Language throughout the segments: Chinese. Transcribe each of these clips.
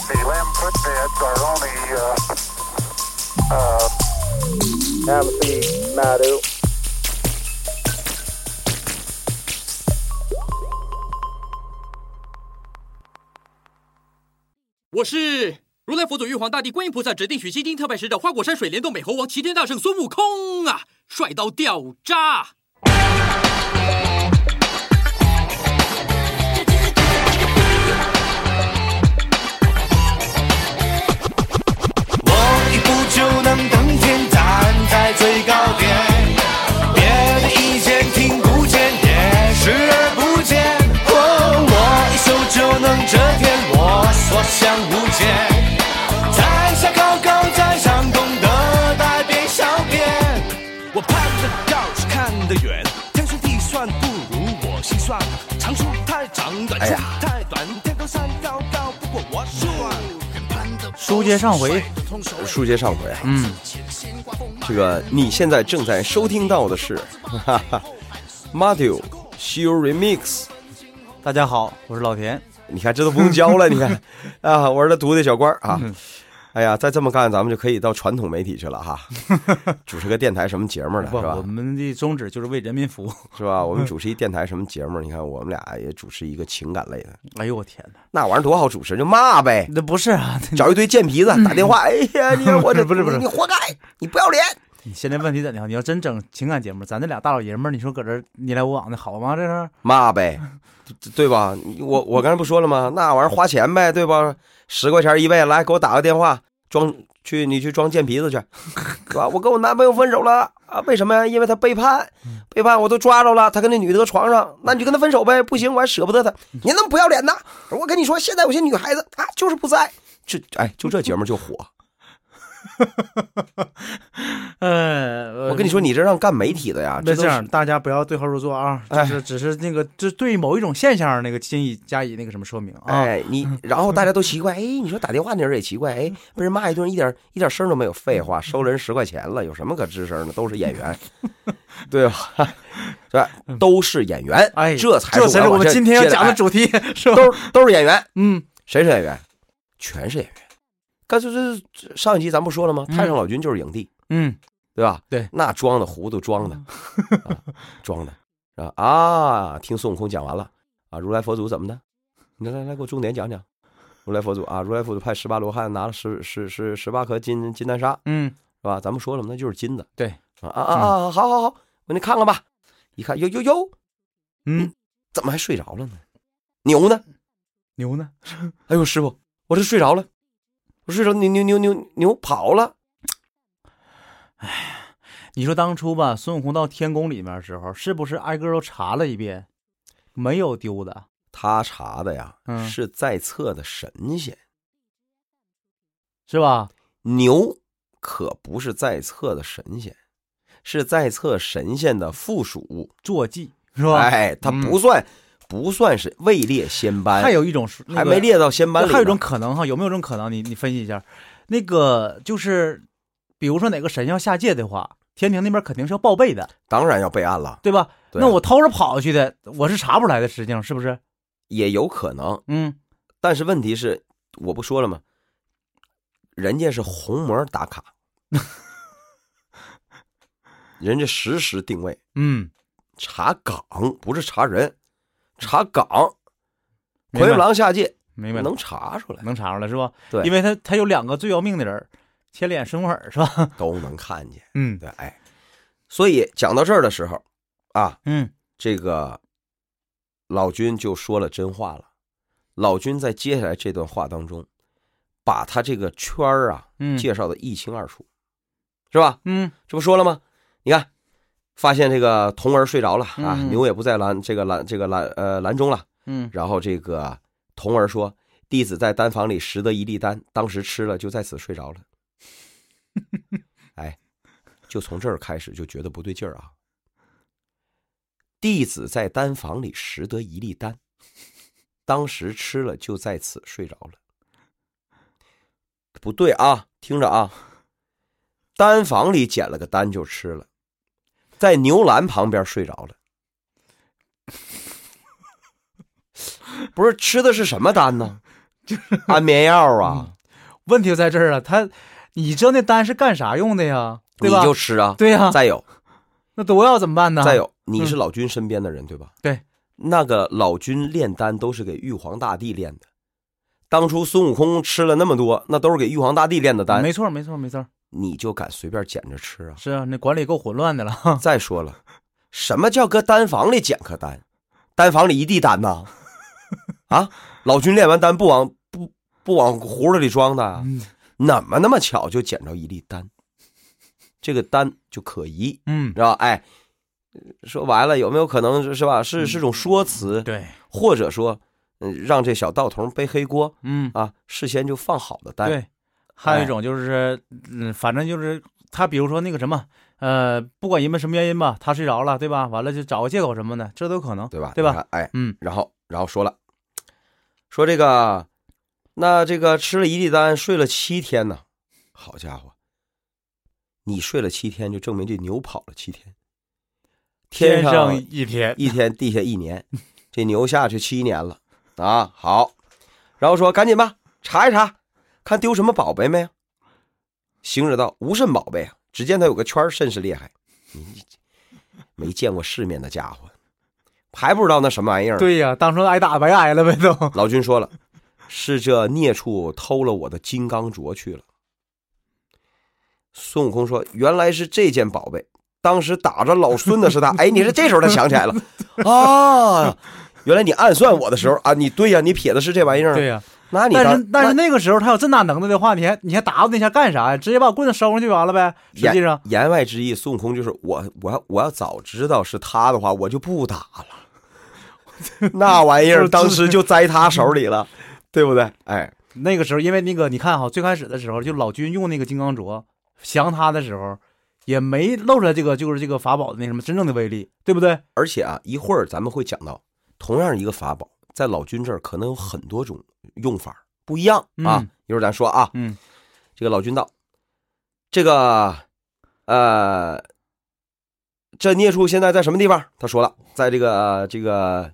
input beds are only, uh, uh, Amity Madu. 我是如来佛祖、玉皇大帝、观音菩萨指定取西经特派使者花果山水帘洞美猴王、齐天大圣孙悟空啊，帅到掉渣！我一步就能登天，站在最高点，别的意见听不见，也视而不见。哦，我一手就能遮天，我所向无前。在下高高在上，懂得百变小变。我攀得高，却看得远，天算地算不如我心算，长处太长，短处太短，天高山高高不过我算。书接上回，书接上回啊，嗯，这个你现在正在收听到的是， 哈哈 m a d u s h o Remix，大家好，我是老田。你看这都不用教了，你看啊，我是他徒弟小官儿啊。嗯哎呀，再这么干，咱们就可以到传统媒体去 了哈，主持个电台什么节目了，不，是吧我？们的宗旨就是为人民服务。是吧？我们主持一电台什么节目？你看，我们俩也主持一个情感类的，哎呦我天哪，那玩意儿多好主持，就骂呗，那不是 啊，找一堆贱皮子打电话，哎呀， 你看我这嗯不是不是你活该，你不要脸。你现在问题怎样？你要真整情感节目，咱这俩大老爷们儿，你说搁这儿你来我往的好吗？这是骂呗，对对吧？我我刚才不说了吗？那玩意儿花钱呗，对吧？十块钱一位，来给我打个电话，装去你去装贱皮子去，是吧？我跟我男朋友分手了啊？为什么呀？因为他背叛，嗯背叛我都抓着了，他跟那女的搁床上，那你就跟他分手呗？不行，我还舍不得他，你那么不要脸呢？我跟你说，现在有些女孩子啊，就是不在。这哎，就这节目就火。呃，我跟你说，你这让干媒体的呀，那这都是样，大家不要对号入座啊，就是只是那个，这对某一种现象那个建议加以那个什么说明啊。哎，你然后嗯大家都奇怪，哎，你说打电话那人也奇怪，哎，被人骂一顿一点一点声都没有，嗯废话，收了人十块钱了，有什么可吱声的？都是演 员，对吧？对吧，都是演员，嗯哎，这才这才是我们这今天要接着讲的哎主题， 是吧？都是都是演员，嗯，谁是演员？全是演员。刚才这这上一集咱不说了吗？嗯太上老君就是影帝，嗯，对吧？对，嗯那装的糊涂，装的，啊装的，啊啊！听孙悟空讲完了啊，如来佛祖怎么的？你来来来，给我重点讲讲。如来佛祖啊，如来佛祖派十八罗汉拿了十十十十八颗金金丹砂，嗯，是吧？咱们说了嘛，那就是金子。对啊啊啊！啊好好好，我给你看看吧。一看，哟哟哟，嗯，怎么还睡着了呢？牛呢？牛呢？哎呦，师傅，我这睡着了，我睡着，牛牛牛牛牛跑了。你说当初吧，孙悟空到天宫里面的时候，是不是挨个都查了一遍？没有丢的，他查的呀，嗯是在册的神仙。是吧？牛可不是在册的神仙，是在册神仙的附属。坐骑是吧？哎，它不算、不算是位列仙班，还有一种是那还个没列到仙班里呢。还有一种可能哈，有没有这种可能？你你分析一下，那个就是，比如说哪个神要下界的话，天庭那边肯定是要报备的，当然要备案了，对吧？对那我偷着跑去的，我是查不出来的，实际上是不是？也有可能，嗯，但是问题是，我不说了吗？人家是虹膜 打卡，人家实时定位嗯，查岗，不是查人，查岗。明白奎木狼下界明白了，能查出来，能查出来是吧？对因为他他有两个最要命的人儿，千脸孙耳是吧？都能看见。嗯对，哎，所以讲到这儿的时候，啊， 嗯，这个老君就说了真话了。老君在接下来这段话当中，把他这个圈儿啊，嗯介绍的一清二楚，是吧？嗯这不说了吗？你看，发现这个童儿睡着了啊，嗯牛也不在篮这个篮这个篮呃篮中了。嗯，然后这个童儿说：“弟子在丹房里拾得一粒丹，当时吃了，就在此睡着了。”哎，就从这儿开始就觉得不对劲儿啊！弟子在丹房里拾得一粒丹，当时吃了，就在此睡着了。不对啊，听着啊，丹房里捡了个丹就吃了，在牛栏旁边睡着了。 嗯不是吃的是什么丹呢？安眠药啊，问题就在这儿了，他，你知道那丹是干啥用的呀？对你吧？就吃啊。对呀、再有那毒药怎么办呢？再有，你是老君身边的人对吧？对，那个老君炼丹都是给玉皇大帝炼的，当初孙悟空吃了那么多，那都是给玉皇大帝炼的丹，没错，没错，没错，你就敢随便捡着吃啊？是啊，那管理够混乱的 了。 再说了，什么叫搁丹房里捡颗丹？丹房里一 地丹呐！啊，老君炼完丹不往不不往葫芦里装的，嗯怎么那么巧就捡着一粒丹？这个丹就可疑，嗯，知道吧？哎，说白了有没有可能是吧？是是种说辞，嗯对，或者说，嗯，让这小道童背黑锅嗯，啊，事先就放好的丹。对。还有一种就是，嗯，反正就是他，比如说那个什么，呃，不管因为什么原因吧，他睡着了，对吧？完了就找个借口什么的，这都可能。对吧？对吧你看？哎，嗯，然后然后说了，说这个，那这个吃了一地丹，睡了七天呢，好家伙，你睡了七天，就证明这牛跑了七天，天上一天，一天，地下一年，这牛下去七年了啊！好，然后说赶紧吧，查一查，看丢什么宝贝没有。行者道：“无甚宝贝啊，只见他有个圈儿，甚是厉害。你没见过世面的家伙，还不知道那什么玩意儿呢。”对呀、当初挨打白挨了呗 都。老君说了，是这孽畜偷了我的金刚镯去了。孙悟空说：“原来是这件宝贝，当时打着老孙的是他。”哎，你是这时候他想起来 了啊！原来你暗算我的时候啊，你对呀、你撇的是这玩意儿。对呀、那你但当是但是那个时候他有这大能耐的话，你还你还打我那下干啥呀？直接把棍子收上去完了呗。实际上，言外之意，孙悟空就是我，我要我要早知道是他的话，我就不打了。 那玩意儿当时就栽他手里了，对不对？哎，那个时候因为那个你看哈，最开始的时候就老君用那个金刚镯降他的时候，也没露出来这个就是这个法宝的那什么真正的威力，对不对？而且啊，一会儿咱们会讲到，同样一个法宝，在老君这儿可能有很多种用法，不一样啊。嗯一会儿咱说啊，嗯，这个老君道，这个，呃，这孽畜现在在什么地方？他说了，在这个、呃这个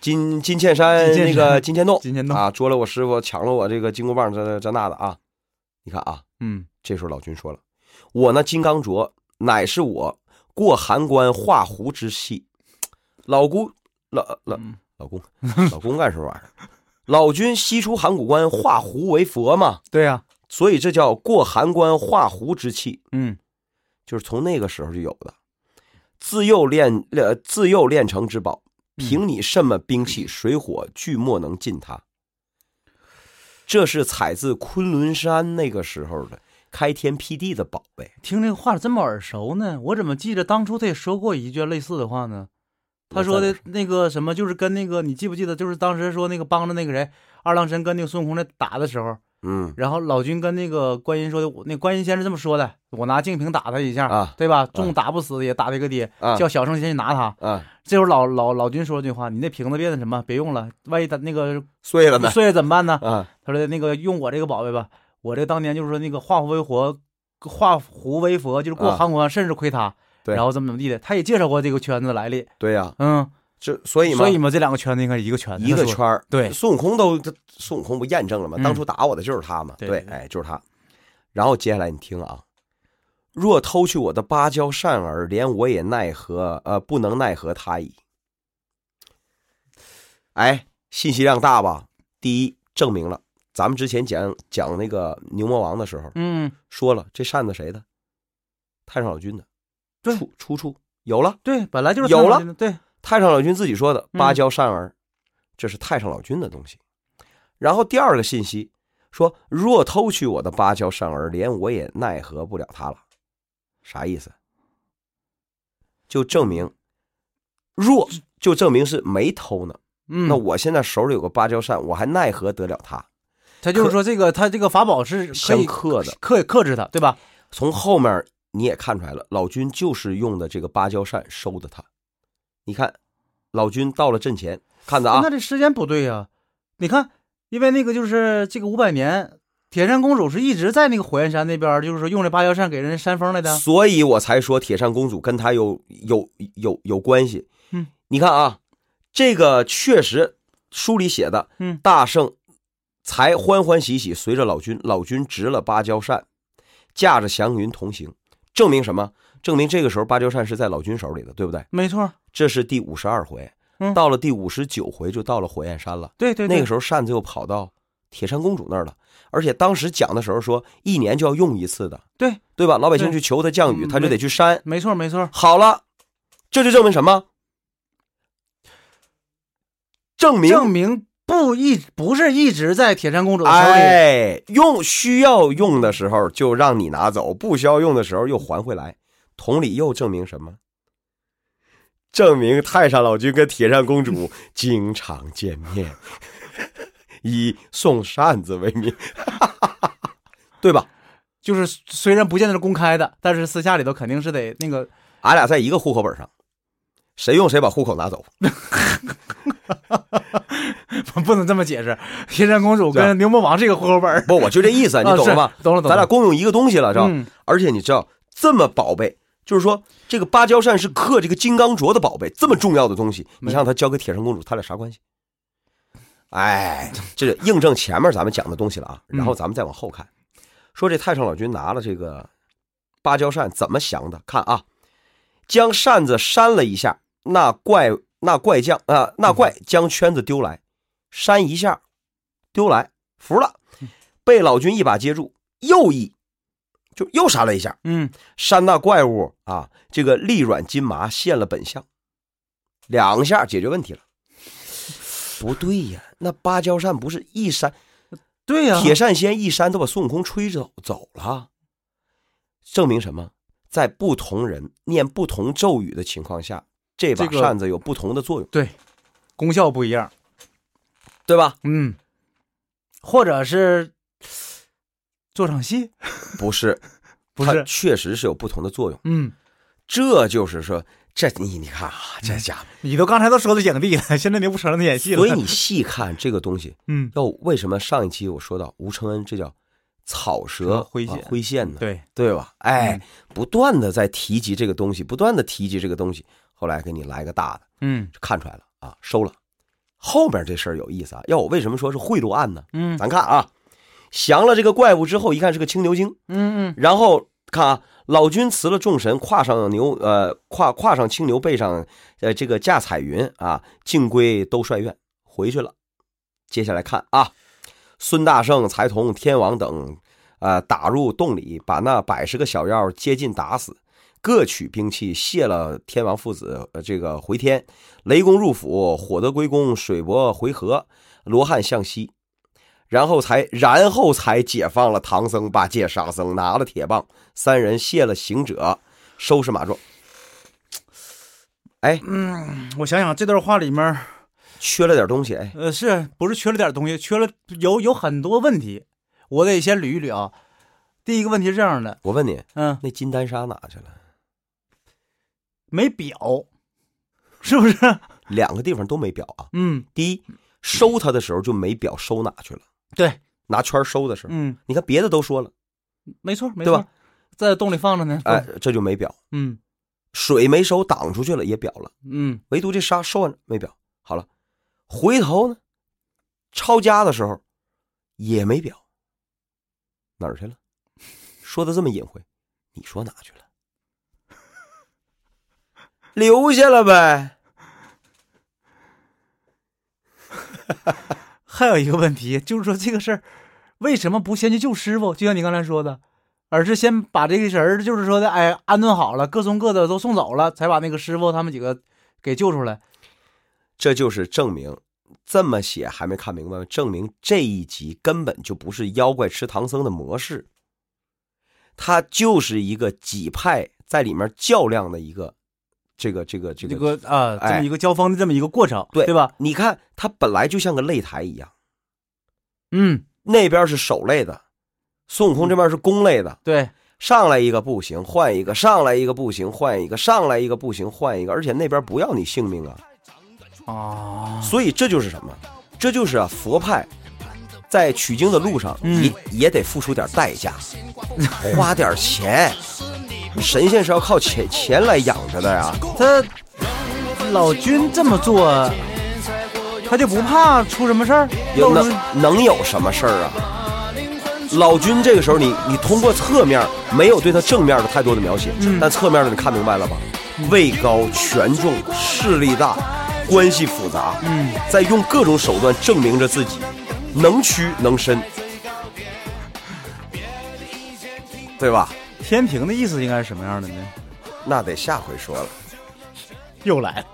金金嵌山金嵌那个金嵌洞今 天弄，啊，捉了我师傅，抢了我这个金箍棒，这这那的啊。你看啊，嗯，这时候老君说了，我那金刚镯乃是我过函关画胡之器，老姑老老嗯老公老公干什么玩意儿？老君西出函谷关画胡为佛嘛，对呀、所以这叫过函关画胡之气，嗯，就是从那个时候就有的。自幼练呃自幼练成之宝，嗯凭你什么兵器，水火俱莫能近它。这是采自昆仑山那个时候的开天辟地的宝贝。听这个话这么耳熟呢，我怎么记着当初他也说过一句类似的话呢？他说的那个什么，就是跟那个你记不记得，就是当时说那个帮着那个人二郎神跟那个孙悟空在打的时候，嗯，然后老君跟那个观音说的，我那观音先是这么说的，我拿净瓶打他一下，啊对吧？重打不死也打他一个跌，啊叫小圣先去拿他。啊，这会儿老老老君说了句话，你那瓶子变得什么？别用了，万一他那个碎了呢碎了怎么办呢？啊，他说那个用我这个宝贝吧，我这当年就是说那个化胡为佛，化胡为佛就是过啊韩国甚至亏他，对然后怎么怎么地的，他也介绍过这个圈子的来历，对呀、嗯，这所以嘛所，以嘛，这两个圈子应该一个圈子，一个啊他说圈儿。对孙悟空都他孙悟空不验证了吗？嗯当初打我的就是他嘛。对对对哎，就是他。然后接下来你听啊，若偷去我的芭蕉扇儿，连我也奈何呃不能奈何他矣。哎，信息量大吧？第一，证明了咱们之前讲讲那个牛魔王的时候嗯，说了，这扇子谁的？太上老君的。对出出处有了。对，本来就是有了他们的，对，太上老君自己说的嗯芭蕉扇儿，这是太上老君的东西。然后第二个信息说，若偷取我的芭蕉扇儿，连我也奈何不了他了，啥意思？就证明若就证明是没偷呢。嗯，那我现在手里有个芭蕉扇，我还奈何得了他？他就是说这个他这个法宝是可相以克的。克克制他，对吧？从后面你也看出来了，老君就是用的这个芭蕉扇收的他。你看，老君到了阵前，看着啊那，这时间不对呀、你看，因为那个就是这个五百年。铁扇公主是一直在那个火焰山那边儿，就是说用这芭蕉扇给人扇风来的。所以我才说铁扇公主跟她有有有有关系。嗯，你看啊，这个确实书里写的，嗯大圣才欢欢喜喜随着老君，老君执了芭蕉扇，驾着祥云同行，证明什么？证明这个时候芭蕉扇是在老君手里的，对不对？没错，这是第五十二回，嗯到了第五十九回就到了火焰山了。对对对，那个时候扇子又跑到铁扇公主那儿了，而且当时讲的时候说一年就要用一次的，对对吧？老百姓对去求他降雨，嗯他就没得去扇。没错没错，好了，这就证明什么？证明证明不一不是一直在铁扇公主的手里。哎，用需要用的时候就让你拿走，不需要用的时候又还回来。同理，又证明什么？证明太上老君跟铁扇公主 经常见面， 以送扇子为名， 对吧？就是虽然不见得是公开的，但是私下里头肯定是得那个 俺俩在一个户口本上，谁用谁把户口拿走。不能这么解释。铁扇公主对啊跟牛魔王是一个户口本儿，不，我就这意思，你懂了吧？啊是懂了懂了咱俩共用一个东西了，是吧？嗯而且你知道这么宝贝，就是说这个芭蕉扇是刻这个金刚镯的宝贝，这么重要的东西，你没让他交给铁扇公主，他俩啥关系？哎，这是印证前面咱们讲的东西了啊。嗯然后咱们再往后看，说这太上老君拿了这个芭蕉扇怎么降的？看啊，将扇子扇了一下，那怪那怪将啊、那怪将圈子丢来，扇一下，丢来，服了，嗯被老君一把接住，又一就又扇了一下，嗯，扇那怪物啊，这个力软筋麻，现了本相，两下解决问题了。不对呀，那芭蕉扇不是一扇，对呀、铁扇仙一扇都把孙悟空吹走走了，证明什么？在不同人念不同咒语的情况下，这把这个扇子有不同的作用，对，功效不一样。对吧？嗯，或者是做场戏，不是， 不它是确实是有不同的作用。嗯，这就是说，这你你看啊，这家伙，你都刚才都说的影帝了，现在你又不承认他演戏了，所以你细看这个东西，嗯，要为什么上一期我说到吴承恩这叫草蛇蛇灰啊线灰线呢？对，嗯对吧？哎，不断的在提及这个东西，不断的提及这个东西，后来给你来个大的，嗯看出来了啊，收了。后边这事儿有意思啊，要我为什么说是贿赂案呢？嗯咱看啊，降了这个怪物之后，一看是个青牛精，嗯嗯，然后看啊，老君辞了众神，跨上牛，呃，跨跨上青牛背上，呃，这个驾彩云啊，进归兜率院回去了。接下来看啊，孙大圣、财童、天王等，呃，打入洞里，把那百十个小妖接近打死，各取兵器，谢了天王父子，呃，这个回天，雷公入府，火德归公，水伯回纥，罗汉向西，然后才然后才解放了唐僧，把戒沙僧拿了铁棒，三人卸了行者，收拾马壮。哎，嗯我想想这段话里面，缺了点东西，哎，呃，是不是缺了点东西？缺了有有很多问题，我得先捋一捋啊。第一个问题是这样的，我问你，嗯，那金丹砂哪去了？没表，是不是？ 两个地方都没表啊。嗯，第一，收他的时候就没表收哪去了，对，拿圈收的时候，嗯，你看别的都说了，没错，没对错，吧在洞里放着呢。哎，这就没表，嗯水没收挡出去了也表了，嗯，唯独这沙收完了没表。好了，回头呢，抄家的时候也没表，哪儿去了？说的这么隐晦，你说哪去了？留下了呗。 还有一个问题就是说这个事儿，为什么不先去救师傅？就像你刚才说的，而是先把这个人儿，就是说的，哎，安顿好了，各送各的都送走了，才把那个师傅他们几个给救出来。这就是证明，这么写还没看明白吗？证明这一集根本就不是妖怪吃唐僧的模式，它就是一个几派在里面较量的一个这个这个这这个哎个啊，这么一个交锋的这么一个过程，对对吧？你看，它本来就像个擂台一样，嗯，那边是手擂的，孙悟空这边是弓擂的，对，上来一个不行，换一个；上来一个不行，换一个；上来一个不行，换一个。而且那边不要你性命啊，啊，所以这就是什么？这就是啊，佛派在取经的路上也、也得付出点代价，花点钱。神仙是要靠钱钱来养着的呀。他老君这么做，他就不怕出什么事儿？有到时能候能有什么事儿啊？老君这个时候你，你通过侧面没有对他正面的太多的描写，但侧面的你看明白了吧？位高权重，势力大，关系复杂，嗯，在用各种手段证明着自己，能屈能伸，对吧？天平的意思应该是什么样的呢？那得下回说了。又来了。